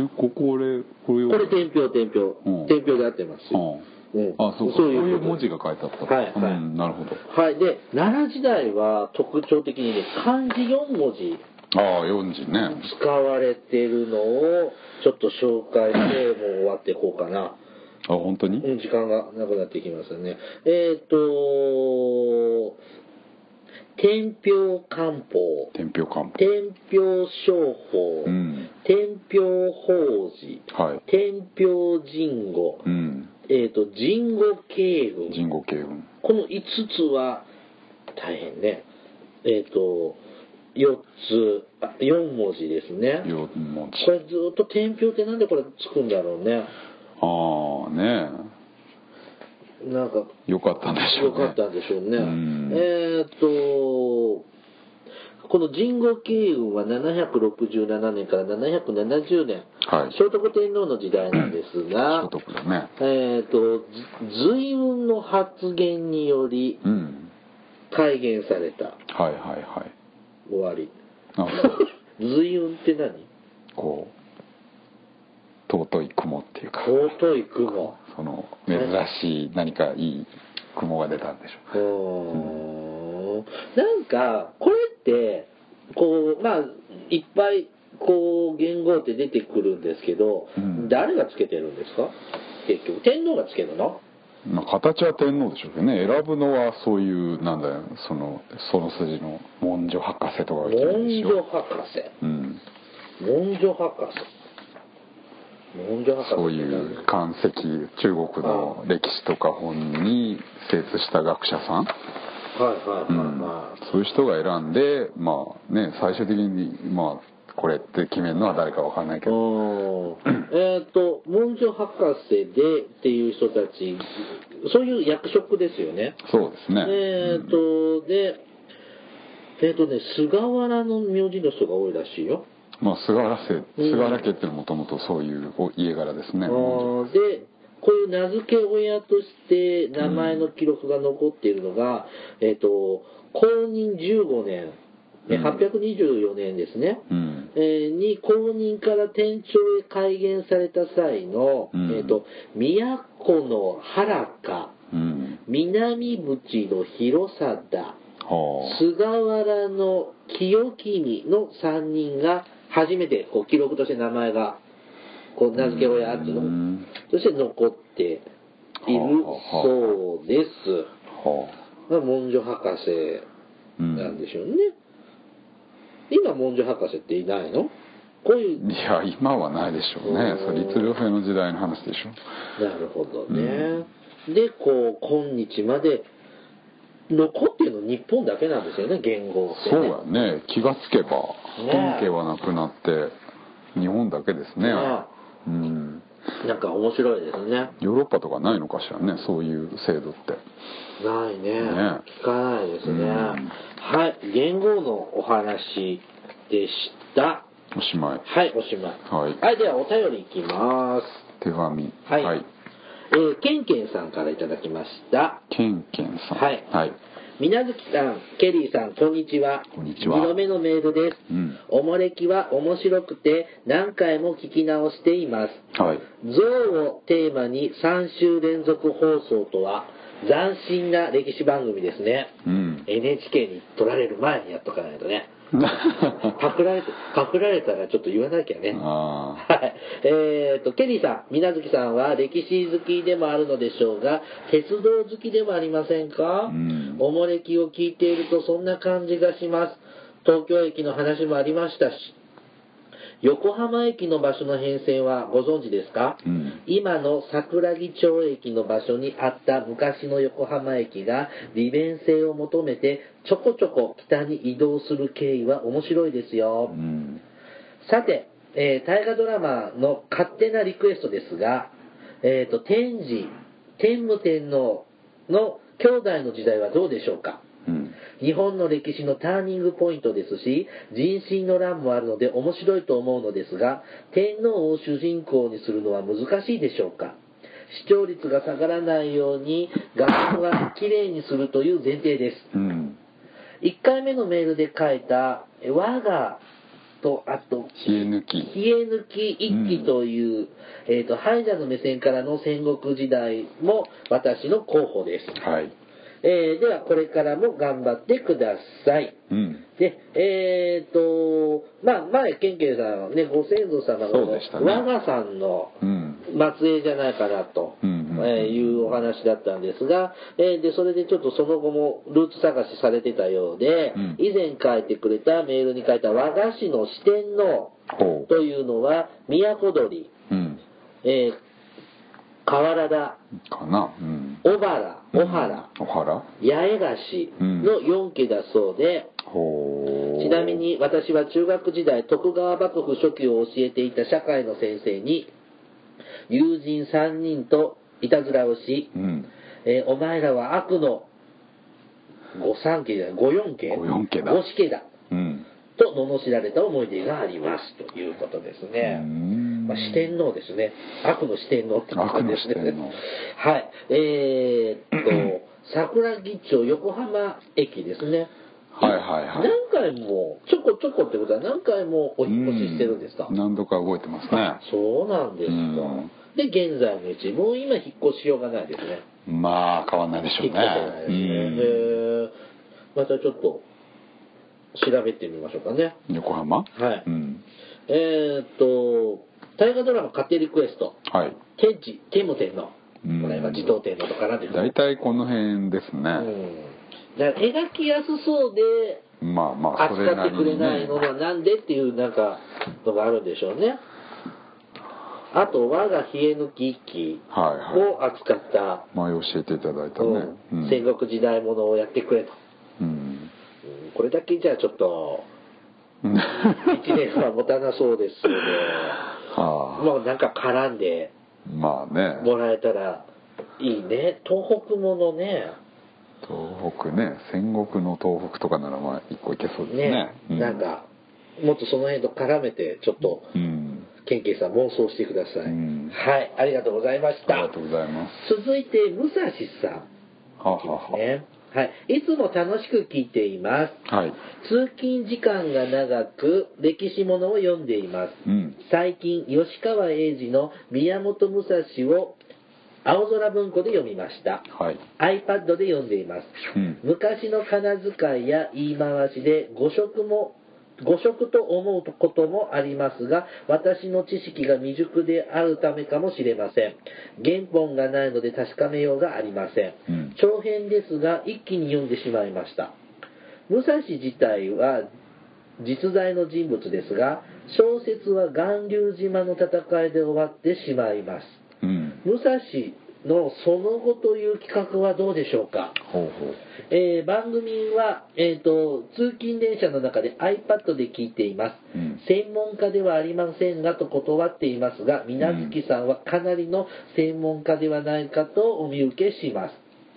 Speaker 2: えここ俺これ
Speaker 1: これ天平天平、
Speaker 2: うん
Speaker 1: 天平で合ってますようん
Speaker 2: ああそうか
Speaker 1: そ
Speaker 2: そうう
Speaker 1: いうこと
Speaker 2: いう文字が書いてあった
Speaker 1: はいはい
Speaker 2: うん、なるほど
Speaker 1: はいで奈良時代は特徴的にね漢字4文字
Speaker 2: ああ4字ね
Speaker 1: 使われてるのをちょっと紹介してもう終わっていこうかな
Speaker 2: あ本当に、
Speaker 1: うん時間がなくなってきましたねえっ、と天平漢方
Speaker 2: 天平漢方
Speaker 1: 天平商法、
Speaker 2: うん
Speaker 1: 天平法事
Speaker 2: はい
Speaker 1: 天平神護、
Speaker 2: うん
Speaker 1: えっ、と神護敬軍
Speaker 2: 人語形文
Speaker 1: この5つは大変ねえっ、と4つあ4文字ですね
Speaker 2: 4文字
Speaker 1: これずっと天平ってなんでこれつくんだろうね
Speaker 2: ああね
Speaker 1: なんか
Speaker 2: えよかったんでしょう
Speaker 1: よ
Speaker 2: ね
Speaker 1: かったんでしょうね。
Speaker 2: うん
Speaker 1: えーっと、この神護慶雲は767年から770年、
Speaker 2: はい
Speaker 1: 聖徳天皇の時代なんです
Speaker 2: 所
Speaker 1: が、
Speaker 2: 得だね
Speaker 1: えーっと、ず随雲の発言により
Speaker 2: うん
Speaker 1: 改元された。
Speaker 2: はいはいはい
Speaker 1: 終わ り。
Speaker 2: あそう
Speaker 1: 随雲って何
Speaker 2: こう尊い雲っていうか
Speaker 1: 尊い雲。
Speaker 2: その珍しい何かいい雲が出たんでしょ
Speaker 1: うーんなんかこれってこうまあいっぱいこう元号って出てくるんですけど、
Speaker 2: うん
Speaker 1: 誰がつけてるんですか結局天皇がつけるの
Speaker 2: う、まあ、形は天皇でしょうけどね選ぶのはそういうなんだよそのその筋の文書博士とかが決める
Speaker 1: 文
Speaker 2: でし
Speaker 1: 書
Speaker 2: ょ
Speaker 1: 博士
Speaker 2: うん、
Speaker 1: 文書博士文書博士
Speaker 2: そういう漢石中国の歴史とか本に精通した学者さ
Speaker 1: は
Speaker 2: ん、
Speaker 1: いはいはいは
Speaker 2: うんそういう人が選んでまあね最終的にまあこれって決めるのは誰かわかんないけ
Speaker 1: い、う
Speaker 2: ど、
Speaker 1: んえっ、と文書博士でっていう人たちそういう役職ですよね
Speaker 2: そうですね、
Speaker 1: えーと、で、えーとね、菅原の名字の人が多いらしいよ。
Speaker 2: まあ、菅原姓
Speaker 1: うん
Speaker 2: 菅原家ってもともとそういうお家柄ですね
Speaker 1: あーで、こういう名付け親として名前の記録が残っているのが、えーと、公認15年、え
Speaker 2: うん
Speaker 1: 824年ですね。
Speaker 2: うん
Speaker 1: えーに公認から天朝へ改元された際の、
Speaker 2: うん
Speaker 1: えー、と都の原か
Speaker 2: うん
Speaker 1: 南淵の広貞
Speaker 2: はあ
Speaker 1: 菅原の清君の3人が初めてこう記録として名前がこう名付け親っていう
Speaker 2: う
Speaker 1: の
Speaker 2: ん
Speaker 1: そして残っているそうです。
Speaker 2: はあ
Speaker 1: まあ文書博士
Speaker 2: うん
Speaker 1: なんでしょうね。今文書博士っていないのこういう
Speaker 2: いや今はないでしょうね
Speaker 1: うん
Speaker 2: それ律令制の時代の話でしょ
Speaker 1: なるほどね。でこう今日まで残ってるの日本だけなんですよね言語って、ね。
Speaker 2: そうやね気がつけば
Speaker 1: ね
Speaker 2: 本家はなくなって日本だけですね
Speaker 1: ね
Speaker 2: うん
Speaker 1: なんか面白いですね。
Speaker 2: ヨーロッパとかないのかしらねそういう制度って
Speaker 1: ないね
Speaker 2: ね
Speaker 1: 聞かないですね、
Speaker 2: うん
Speaker 1: はい元号のお話でした
Speaker 2: おしまい
Speaker 1: はいおしまい
Speaker 2: はい
Speaker 1: ではお便りいきます
Speaker 2: 手紙
Speaker 1: はい、えーケンケンさんからいただきました
Speaker 2: ケンケンさん
Speaker 1: はい
Speaker 2: はい
Speaker 1: 水無月さんケリーさんこんにちは
Speaker 2: こんにちは
Speaker 1: 2度目のメールです、
Speaker 2: うん
Speaker 1: おもれきは面白くて何回も聞き直しています
Speaker 2: はい
Speaker 1: 象をテーマに3週連続放送とは斬新な歴史番組ですね
Speaker 2: うん
Speaker 1: NHK に取られる前にやっとかないとねパクられてパクられたらちょっと言わなきゃね
Speaker 2: あ
Speaker 1: はいえー、とケリーさん水無月さんは歴史好きでもあるのでしょうが鉄道好きでもありませんか、
Speaker 2: うん
Speaker 1: おもれきを聞いているとそんな感じがします東京駅の話もありましたし横浜駅の場所の変遷はご存知ですか、
Speaker 2: うん
Speaker 1: 今の桜木町駅の場所にあった昔の横浜駅が利便性を求めてちょこちょこ北に移動する経緯は面白いですよ、
Speaker 2: ーうん
Speaker 1: さてえー大河ドラマの勝手なリクエストですが、えっ、と、天智、天武天皇の兄弟の時代はどうでしょうか
Speaker 2: うん
Speaker 1: 日本の歴史のターニングポイントですし、人心の乱もあるので面白いと思うのですが、天皇を主人公にするのは難しいでしょうか視聴率が下がらないように、画像がきれいにするという前提です。
Speaker 2: うん
Speaker 1: 1回目のメールで書いた、え我がと、あと、
Speaker 2: 冷え抜き
Speaker 1: 冷え抜き一揆という、えっ、と、敗者の目線からの戦国時代も私の候補です。
Speaker 2: はい
Speaker 1: えーでは、これからも頑張ってください。
Speaker 2: うん
Speaker 1: で、えっ、と、まあ、前、ケンケンさんはね、ご先祖様
Speaker 2: そ
Speaker 1: の、
Speaker 2: うでしたね
Speaker 1: 我がさんの
Speaker 2: うん
Speaker 1: 末裔じゃないかなと、
Speaker 2: うんうんうん
Speaker 1: えーいうお話だったんですが、えーで、それでちょっとその後もルーツ探しされてたようで、
Speaker 2: うん
Speaker 1: 以前書いてくれたメールに書いた和菓子の四天王
Speaker 2: ほ
Speaker 1: というのは、都鳥、
Speaker 2: ううん
Speaker 1: えー、河原田、
Speaker 2: かなうん
Speaker 1: 小原、小原、
Speaker 2: うんお原
Speaker 1: 八重樫の4家だそうで、
Speaker 2: ほう
Speaker 1: ちなみに私は中学時代徳川幕府初期を教えていた社会の先生に友人3人といたずらをし、
Speaker 2: うん
Speaker 1: えーお前らは悪の御三家だ御四家
Speaker 2: 御四家だ
Speaker 1: 御四家だ
Speaker 2: うん
Speaker 1: と罵られた思い出がありますということですね、
Speaker 2: うん
Speaker 1: まあ、四天王ですね悪の四天王ってことですね
Speaker 2: 悪の四天
Speaker 1: はいえー、っ と桜木町横浜駅ですね
Speaker 2: はいはいはい
Speaker 1: 何回もちょこちょこってことは何回もお引っ越ししてるんですか、
Speaker 2: う何度か動いてます ね
Speaker 1: そうなんですか、
Speaker 2: うん
Speaker 1: で現在の位置もう今引っ越しようがないですね
Speaker 2: まあ変わんないでしょう
Speaker 1: 引っ越せないですね、
Speaker 2: ね
Speaker 1: でまたちょっと調べてみましょうかね
Speaker 2: うん横浜
Speaker 1: はい
Speaker 2: うん
Speaker 1: えー、っと大河ドラマ「家庭リクエスト
Speaker 2: はい」
Speaker 1: 天智天武天皇
Speaker 2: うん
Speaker 1: これは自動天皇と絡んでる
Speaker 2: 大体この辺です
Speaker 1: う
Speaker 2: ね
Speaker 1: んだから描きやすそうで
Speaker 2: まあまあそれ
Speaker 1: 扱
Speaker 2: な
Speaker 1: って
Speaker 2: り
Speaker 1: くれ
Speaker 2: に
Speaker 1: ないの
Speaker 2: ね
Speaker 1: はなんでっていうなんかのがあるんでしょうねあと「我が冷え抜き一揆」
Speaker 2: はいはい
Speaker 1: を扱った、
Speaker 2: 前教えていただいた
Speaker 1: う
Speaker 2: ね
Speaker 1: ん
Speaker 2: うん
Speaker 1: 戦国時代ものをやってくれと、
Speaker 2: うん
Speaker 1: う んこれだけじゃちょっと
Speaker 2: うん
Speaker 1: 1年は持たなそうです けど
Speaker 2: はあ
Speaker 1: まあなんか絡んで
Speaker 2: まあね
Speaker 1: もらえたらいいね東北ものね
Speaker 2: 東北ね戦国の東北とかならまあ一個いけそうですね
Speaker 1: ね
Speaker 2: う
Speaker 1: なんかもっとその辺と絡めてちょっと
Speaker 2: うん
Speaker 1: ケンケンさん妄想してください、
Speaker 2: うん
Speaker 1: はいありがとうございまし
Speaker 2: あ
Speaker 1: た
Speaker 2: りがとうございます
Speaker 1: 続いて武蔵さん
Speaker 2: はあ
Speaker 1: いきま
Speaker 2: は
Speaker 1: すねはい、いつも楽しく聞いています
Speaker 2: あはい
Speaker 1: 通勤時間が長く歴史ものを読んでいます
Speaker 2: うん
Speaker 1: 最近吉川英治の宮本武蔵を青空文庫で読みました
Speaker 2: はい。
Speaker 1: iPad で読んでいます、
Speaker 2: うん
Speaker 1: 昔の仮名遣いや言い回しで誤色も誤色と思うこともありますが私の知識が未熟であるためかもしれません原本がないので確かめようがありません、
Speaker 2: うん
Speaker 1: 長編ですが一気に読んでしまいました武蔵自体は実在の人物ですが小説は巌流島の戦いで終わってしまいます
Speaker 2: うん。
Speaker 1: 武蔵のその後という企画はどうでしょうか、
Speaker 2: ほうほう。
Speaker 1: えー番組は、えー、と通勤電車の中で iPad で聞いています、
Speaker 2: うん
Speaker 1: 専門家ではありませんがと断っていますが皆月さんはかなりの専門家ではないかとお見受けします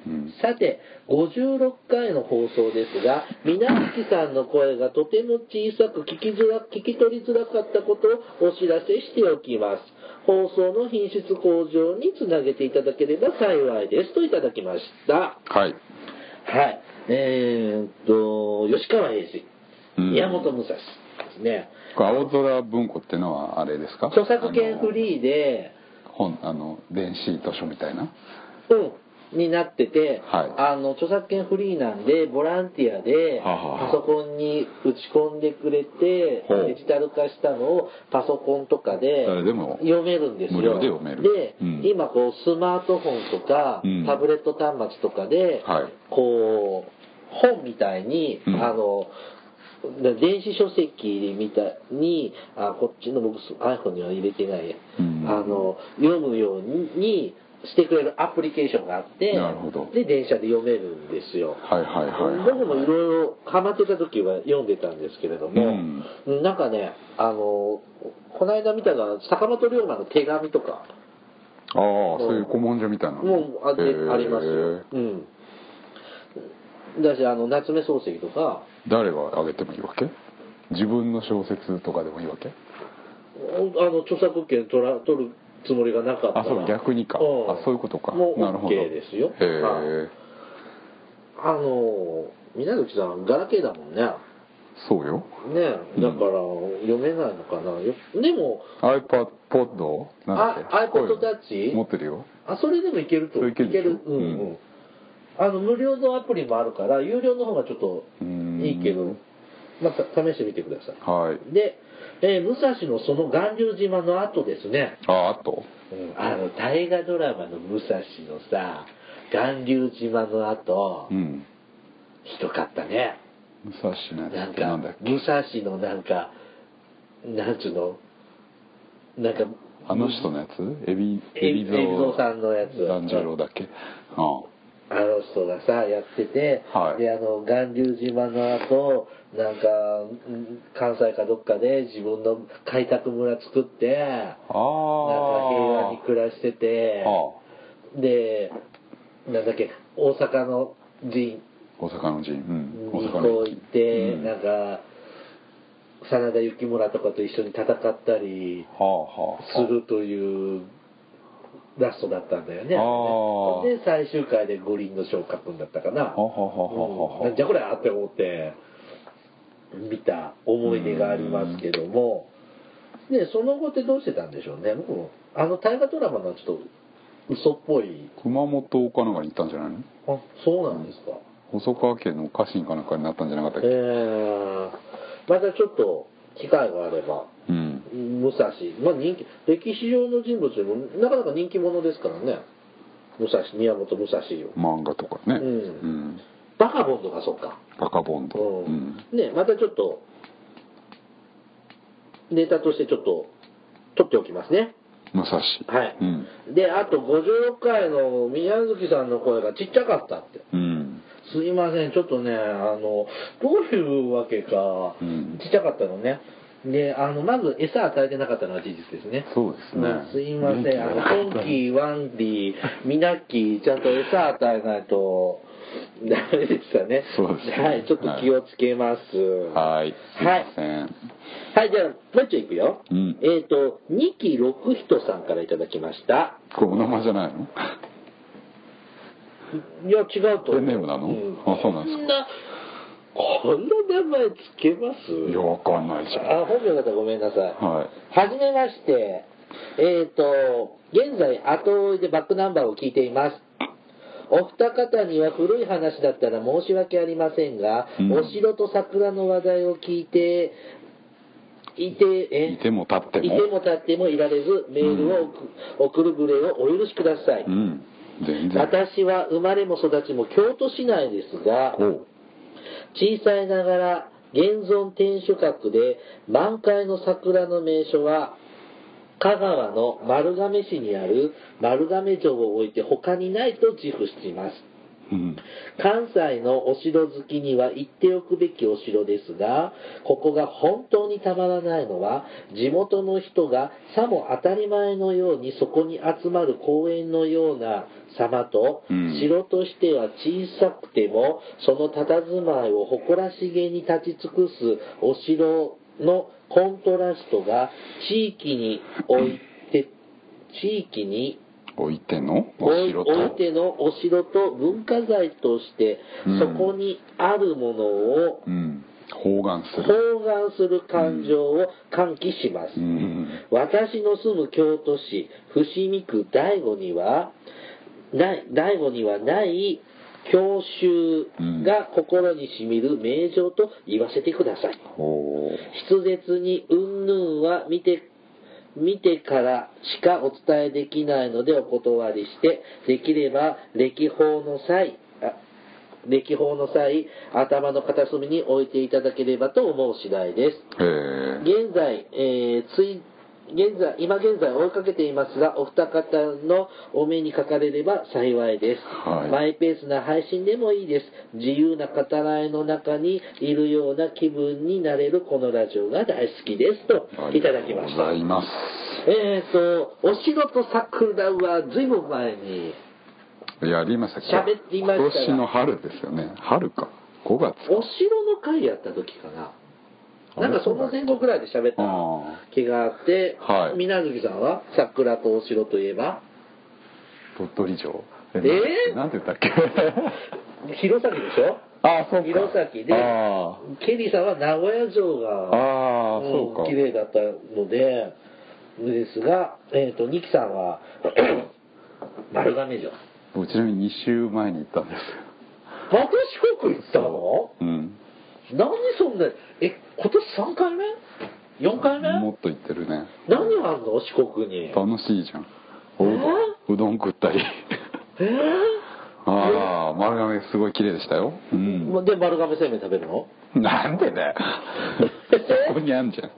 Speaker 2: うん。
Speaker 1: さて56回の放送ですが皆月さんの声がとても小さく聞きづら聞き取りづらかったことをお知らせしておきます放送の品質向上につなげていただければ幸いですといただきました
Speaker 2: は
Speaker 1: は
Speaker 2: い。
Speaker 1: い。えーっと、吉川英治、
Speaker 2: うん
Speaker 1: 宮本武蔵ですね。
Speaker 2: これ青空文庫ってのはあれですか
Speaker 1: 著作権フ
Speaker 2: ー。
Speaker 1: リーで、
Speaker 2: 本、あの、電子図書みたいな。
Speaker 1: うん、になってて、
Speaker 2: はい
Speaker 1: あの、著作権フリーなんで、ボランティアで、
Speaker 2: はあはあはあ
Speaker 1: パソコンに打ち込んでくれて
Speaker 2: ほう、
Speaker 1: デジタル化したのをパソコンとかで、
Speaker 2: 誰でも
Speaker 1: 読めるんですよ。
Speaker 2: 無料で読める
Speaker 1: で
Speaker 2: うん
Speaker 1: 今こう、スマートフォンとか、
Speaker 2: うん
Speaker 1: タブレット端末とかで、
Speaker 2: はい
Speaker 1: こう、本みたいに、
Speaker 2: うん
Speaker 1: あの、電子書籍みたいに、あ、こっちの僕 iPhone には入れてないや。
Speaker 2: うん
Speaker 1: あの、読むように、してくれるアプリケーションがあって、
Speaker 2: なるほど
Speaker 1: で、電車で読めるんですよ。
Speaker 2: はいはいはいはい
Speaker 1: 僕もいろいろハマってた時は読んでたんですけれども、なんかね、あの、この間見たのは、坂本龍馬の手紙とか、
Speaker 2: ああそういう古文書みたいなの
Speaker 1: もうあ,、
Speaker 2: へー
Speaker 1: ありますよ。うん。だし、あの、夏目漱石とか、
Speaker 2: 誰があげてもいいわけ自分の小説とかでもいいわけ
Speaker 1: あの、著作権取ら取るつもりがなかったら
Speaker 2: あそう逆にか
Speaker 1: ん
Speaker 2: あそういうことか
Speaker 1: もう
Speaker 2: なるほど
Speaker 1: OK ですよ
Speaker 2: へ。え
Speaker 1: あの、皆月さん、ガラケーだもんね。
Speaker 2: そうよ
Speaker 1: ねだから、読めないのかな。よでも、
Speaker 2: iPad なんだ
Speaker 1: あ
Speaker 2: っけ
Speaker 1: iPod Touch？
Speaker 2: 持ってるよ
Speaker 1: あ、それでもいけると。
Speaker 2: それいけるでしょ
Speaker 1: うんうん。
Speaker 2: うん
Speaker 1: あの、無料のアプリもあるから、有料の方がちょっと
Speaker 2: うん
Speaker 1: いいけど、まあ、た試してみてください。
Speaker 2: はい
Speaker 1: で、えー武蔵のその巌流島の後ですね、
Speaker 2: ああと
Speaker 1: あの、大河ドラマの武蔵のさ、巌流島の後、
Speaker 2: うん
Speaker 1: ひどかったね。
Speaker 2: 武蔵の
Speaker 1: な
Speaker 2: やつ
Speaker 1: ん
Speaker 2: ってなんだ
Speaker 1: か
Speaker 2: っ、け
Speaker 1: 武蔵のなんか、なんつうの、なんか、
Speaker 2: あの人のやつエビ
Speaker 1: エビエビゾウさんのやつ
Speaker 2: 團十郎だっけあ
Speaker 1: あの人がさ、やってて、
Speaker 2: はい
Speaker 1: で、あの、巌流島の後、なんか、ん関西かどっかで自分の開拓村作って、なんか
Speaker 2: あ
Speaker 1: 平和に暮らしてて、
Speaker 2: あ
Speaker 1: で、なんだっけ、大阪の寺
Speaker 2: 大阪の陣、うん、
Speaker 1: に
Speaker 2: 大阪
Speaker 1: こ
Speaker 2: の
Speaker 1: う行って、
Speaker 2: うん
Speaker 1: なんか、真田幸村とかと一緒に戦ったり
Speaker 2: はあはあ
Speaker 1: するというラストだったんだよね。
Speaker 2: あー
Speaker 1: で、最終回で五輪の昇格君だったかな
Speaker 2: は。あはあはあはあは
Speaker 1: なんじゃこりゃって思って見た思い出がありますけども、でその後ってどうしてたんでしょうね僕もあの大河ドラマのはちょっと嘘っぽい
Speaker 2: 熊本かなんかに行ったんじゃないの
Speaker 1: あそうなんですか、
Speaker 2: 細川家の家臣かなんかになったんじゃなかったっ
Speaker 1: え
Speaker 2: け、
Speaker 1: ーまたちょっと機会があれば
Speaker 2: うん
Speaker 1: 武蔵まあ人気歴史上の人物でもなかなか人気者ですからね武蔵宮本武蔵を
Speaker 2: 漫画とか
Speaker 1: う
Speaker 2: ねうんん、
Speaker 1: バカボンとかそうか
Speaker 2: バカボンド、う
Speaker 1: うんん、ねまたちょっとネタとしてちょっと取っておきますね
Speaker 2: 武蔵
Speaker 1: はい
Speaker 2: うん、
Speaker 1: であと56回の宮月さんの声がちっちゃかったって
Speaker 2: うん、
Speaker 1: すいませんちょっとねあのどういうわけか、
Speaker 2: うん
Speaker 1: ちっちゃかったのねであのまず餌与えてなかったのは事実ですね
Speaker 2: そうですね
Speaker 1: んすいませんあのトンキーワンデ ィミナッキーちゃんと餌与えないとダメでしたね
Speaker 2: そうですね
Speaker 1: はいちょっと気をつけます
Speaker 2: はいすいません、
Speaker 1: はい、じゃあ、もう一丁いくよ。
Speaker 2: うん
Speaker 1: えっ、と、二木六人さんからいただきました。
Speaker 2: これお名前じゃないの
Speaker 1: いや、違うと思う。
Speaker 2: ペンネームなの
Speaker 1: うん
Speaker 2: あそうなんですか
Speaker 1: こんな、こんな名前つけます
Speaker 2: いやわかんないじゃん
Speaker 1: あ、本名だったらごめんなさい。
Speaker 2: はい
Speaker 1: はじめまして、えっ、と、現在、後追いでバックナンバーを聞いています。お二方には古い話だったら申し訳ありませんが、
Speaker 2: うん
Speaker 1: お城と桜の話題を聞いて、いて、え
Speaker 2: いても立っても
Speaker 1: いても立ってもいられず、メールを送,、る無礼をお許しください。
Speaker 2: うん全然
Speaker 1: 私は生まれも育ちも京都市内ですが、
Speaker 2: おう
Speaker 1: 小さいながら現存天守閣で満開の桜の名所は香川の丸亀市にある丸亀城を置いて他にないと自負しています
Speaker 2: うん
Speaker 1: 関西のお城好きには行っておくべきお城ですがここが本当にたまらないのは地元の人がさも当たり前のようにそこに集まる公園のような様と、
Speaker 2: うん
Speaker 1: 城としては小さくてもその佇まいを誇らしげに立ち尽くすお城のコントラストが地域において地域に
Speaker 2: 置いてのお
Speaker 1: 置い
Speaker 2: 城と
Speaker 1: 置いてのお城と文化財として、
Speaker 2: うん
Speaker 1: そこにあるものを
Speaker 2: うん包含する
Speaker 1: 包含する感情を喚起します、
Speaker 2: うん
Speaker 1: 私の住む京都市伏見区醍醐にはない醍醐にはない郷愁が心にしみる名城と言わせてください、
Speaker 2: ほう
Speaker 1: 筆舌にうんぬんは見て、見てからしかお伝えできないのでお断りして、できれば歴訪の際、あ歴訪の際、頭の片隅に置いていただければと思う次第です。
Speaker 2: へえ
Speaker 1: 現在、えー、つい現在、今現在追いかけていますが、お二方のお目にかかれれば幸いです。
Speaker 2: はい
Speaker 1: マイペースな配信でもいいです。自由な語らいの中にいるような気分になれるこのラジオが大好きです。と
Speaker 2: あ、
Speaker 1: い
Speaker 2: りが
Speaker 1: ただ
Speaker 2: とう
Speaker 1: きまし
Speaker 2: ご
Speaker 1: た
Speaker 2: ざ。います
Speaker 1: えーと、お城と桜は随分前に、
Speaker 2: やりました
Speaker 1: 喋りましたが
Speaker 2: 今年の春ですよね春か5月
Speaker 1: お城の会やった時かな。なんかその前後くらいで喋った
Speaker 2: あ
Speaker 1: 気があって、
Speaker 2: はい
Speaker 1: みなずきさんは桜とお城といえば
Speaker 2: 鳥取城
Speaker 1: えー
Speaker 2: なんて言ったっけ
Speaker 1: 弘前でしょ
Speaker 2: あそうか
Speaker 1: 弘前で
Speaker 2: あ
Speaker 1: ケリーさんは名古屋城
Speaker 2: ー
Speaker 1: が
Speaker 2: あー
Speaker 1: うん
Speaker 2: そうか
Speaker 1: 綺麗だったのでですが、えー、とニキさんは 丸亀城
Speaker 2: 僕ちなみに2週前に行ったんですよ
Speaker 1: また四国行ったの
Speaker 2: うん
Speaker 1: 何そんなえ今年3回目 ?4 回目
Speaker 2: もっと行ってるね
Speaker 1: 何あんの四国に
Speaker 2: 楽しいじゃ
Speaker 1: え
Speaker 2: んおうどんうどん食ったり
Speaker 1: え
Speaker 2: ああ丸亀すごい綺麗でしたよう
Speaker 1: ー
Speaker 2: ん
Speaker 1: まで丸亀製麺食べるの
Speaker 2: なん でだよそこにあんじゃん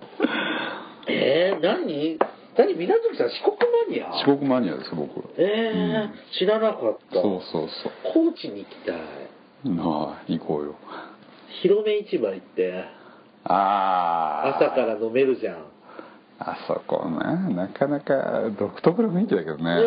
Speaker 1: えー、何何みなずきさん四国マニア
Speaker 2: 四国マニアです僕
Speaker 1: えー
Speaker 2: うん
Speaker 1: 知らなかった
Speaker 2: そうそうそ
Speaker 1: 高知に行きたいう
Speaker 2: なあ行こうよ
Speaker 1: 広め市場行って
Speaker 2: ああ
Speaker 1: 朝から飲めるじゃん、ね
Speaker 2: あそこねなかなか独特な雰囲気だけどね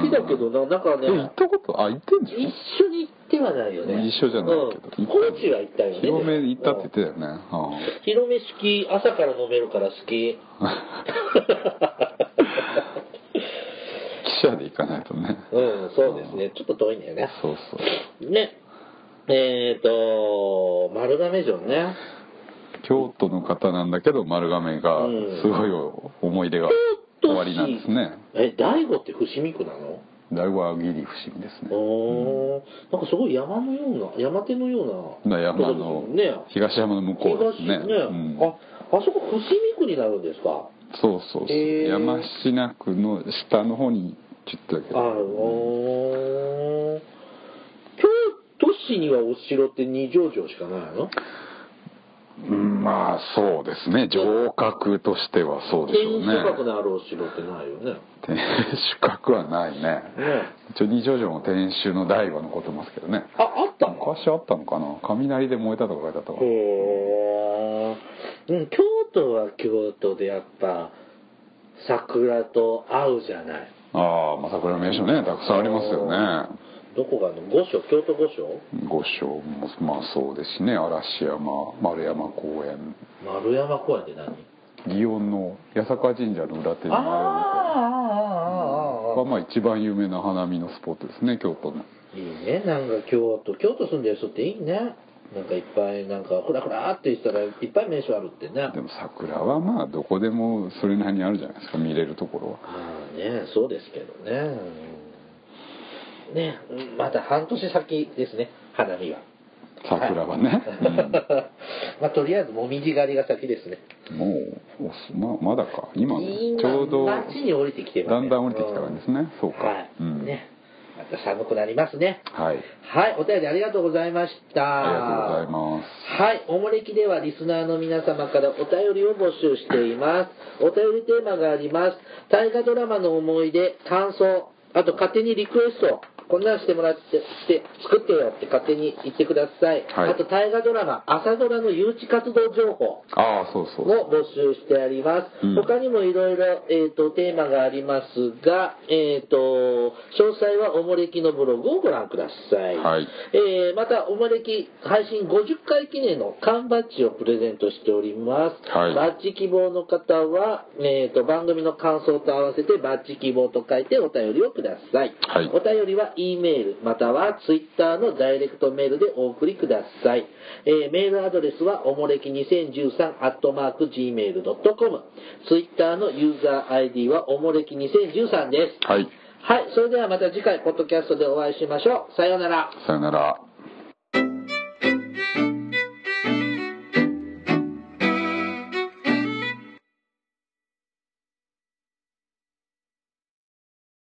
Speaker 1: 好きだけど
Speaker 2: ね
Speaker 1: ななんかね
Speaker 2: 行ったことあ行ってんじゃん
Speaker 1: 一緒に行ってはないよね
Speaker 2: 一緒じゃないけど、
Speaker 1: うん、高知は行ったよね
Speaker 2: 広め行ったって言ってたよね、
Speaker 1: うん広め好き朝から飲めるから好き
Speaker 2: 記者で行かないとね
Speaker 1: うんそうですねちょっと遠いんだよね
Speaker 2: そうそう
Speaker 1: ねえっ、と丸亀城ね
Speaker 2: 京都の方なんだけど丸亀が
Speaker 1: うん
Speaker 2: すごい思い出が終わりなんですね
Speaker 1: え大悟って伏見区なの
Speaker 2: だいぶはギリ伏見ですね
Speaker 1: おーなんかすごい山のような山手のような
Speaker 2: な山の
Speaker 1: とこですもんね
Speaker 2: 東山の向こうですね
Speaker 1: 東ね、
Speaker 2: うん
Speaker 1: ああそこ伏見区になるんですか
Speaker 2: そうそうそう、
Speaker 1: へー
Speaker 2: 山科区の下の方にちょっとだけ
Speaker 1: あのー、京都市にはお城って二条城しかないの
Speaker 2: うんまあそうですね城郭としてはそうでし
Speaker 1: 天
Speaker 2: ょう
Speaker 1: 守
Speaker 2: ね
Speaker 1: 閣のあるお城ってないよね
Speaker 2: 天守閣はないね
Speaker 1: ね
Speaker 2: 一応二条城も天守の台は残ってますけどね
Speaker 1: ああったの
Speaker 2: 昔あったのかな雷で燃えたとか書いてあったわ
Speaker 1: へーうん京都は京都でやっぱ桜と合うじゃない
Speaker 2: ああまあ桜の名所ねたくさんありますよね
Speaker 1: どこがあるの御所京都御所
Speaker 2: 御所もまあそうですしね嵐山丸山公園
Speaker 1: 丸山公園って何
Speaker 2: 祇園の八坂神社の裏手
Speaker 1: あああああああ
Speaker 2: にある
Speaker 1: あ
Speaker 2: がまあ一番有名な花見のスポットですね京都の
Speaker 1: いいねなんか京都京都住んでる人っていいねなんかいっぱいなんかほらほらって言ったらいっぱい名所あるってね
Speaker 2: でも桜はまあどこでもそれなりにあるじゃないですか見れるところは
Speaker 1: まあねそうですけどねうんねうんまだ半年先ですね花見は
Speaker 2: 桜はね、
Speaker 1: まあとりあえずもみじ狩りが先ですね
Speaker 2: うんもうおすままだか今ねちょうど
Speaker 1: 今街に降りてきてますね
Speaker 2: だんだん降りてきた感じですねそうか
Speaker 1: はい、
Speaker 2: うん
Speaker 1: ねまた寒くなりますね
Speaker 2: はい
Speaker 1: はいお便りありがとうございました
Speaker 2: ありがとうございます
Speaker 1: はい、おもれきではリスナーの皆様からお便りを募集しています。お便りテーマがあります。大河ドラマの思い出、感想、あと勝手にリクエスト、こんなんしてもらって、して作ってよって勝手に言ってください。
Speaker 2: はい
Speaker 1: あと大河ドラマ、朝ドラの誘致活動情報。
Speaker 2: ああそうそう
Speaker 1: を募集してあります。
Speaker 2: うん
Speaker 1: 他にもいろいろ、えー、とテーマがありますが、えー、と詳細はおもれきのブログをご覧ください。
Speaker 2: はい
Speaker 1: えーまた、おもれき配信50回記念の缶バッジをプレゼントしております。
Speaker 2: はい
Speaker 1: バッジ希望の方は、えー、と番組の感想と合わせてバッジ希望と書いてお便りをください。
Speaker 2: はい
Speaker 1: お便りは E メールまたは Twitter のダイレクトメールでお送りください、えーメールアドレスはおもれき2013アットマーク Gmail.com Twitter のユーザー ID はおもれき2013です
Speaker 2: はい
Speaker 1: はいそれではまた次回ポッドキャストでお会いしましょうさようなら
Speaker 2: さよなら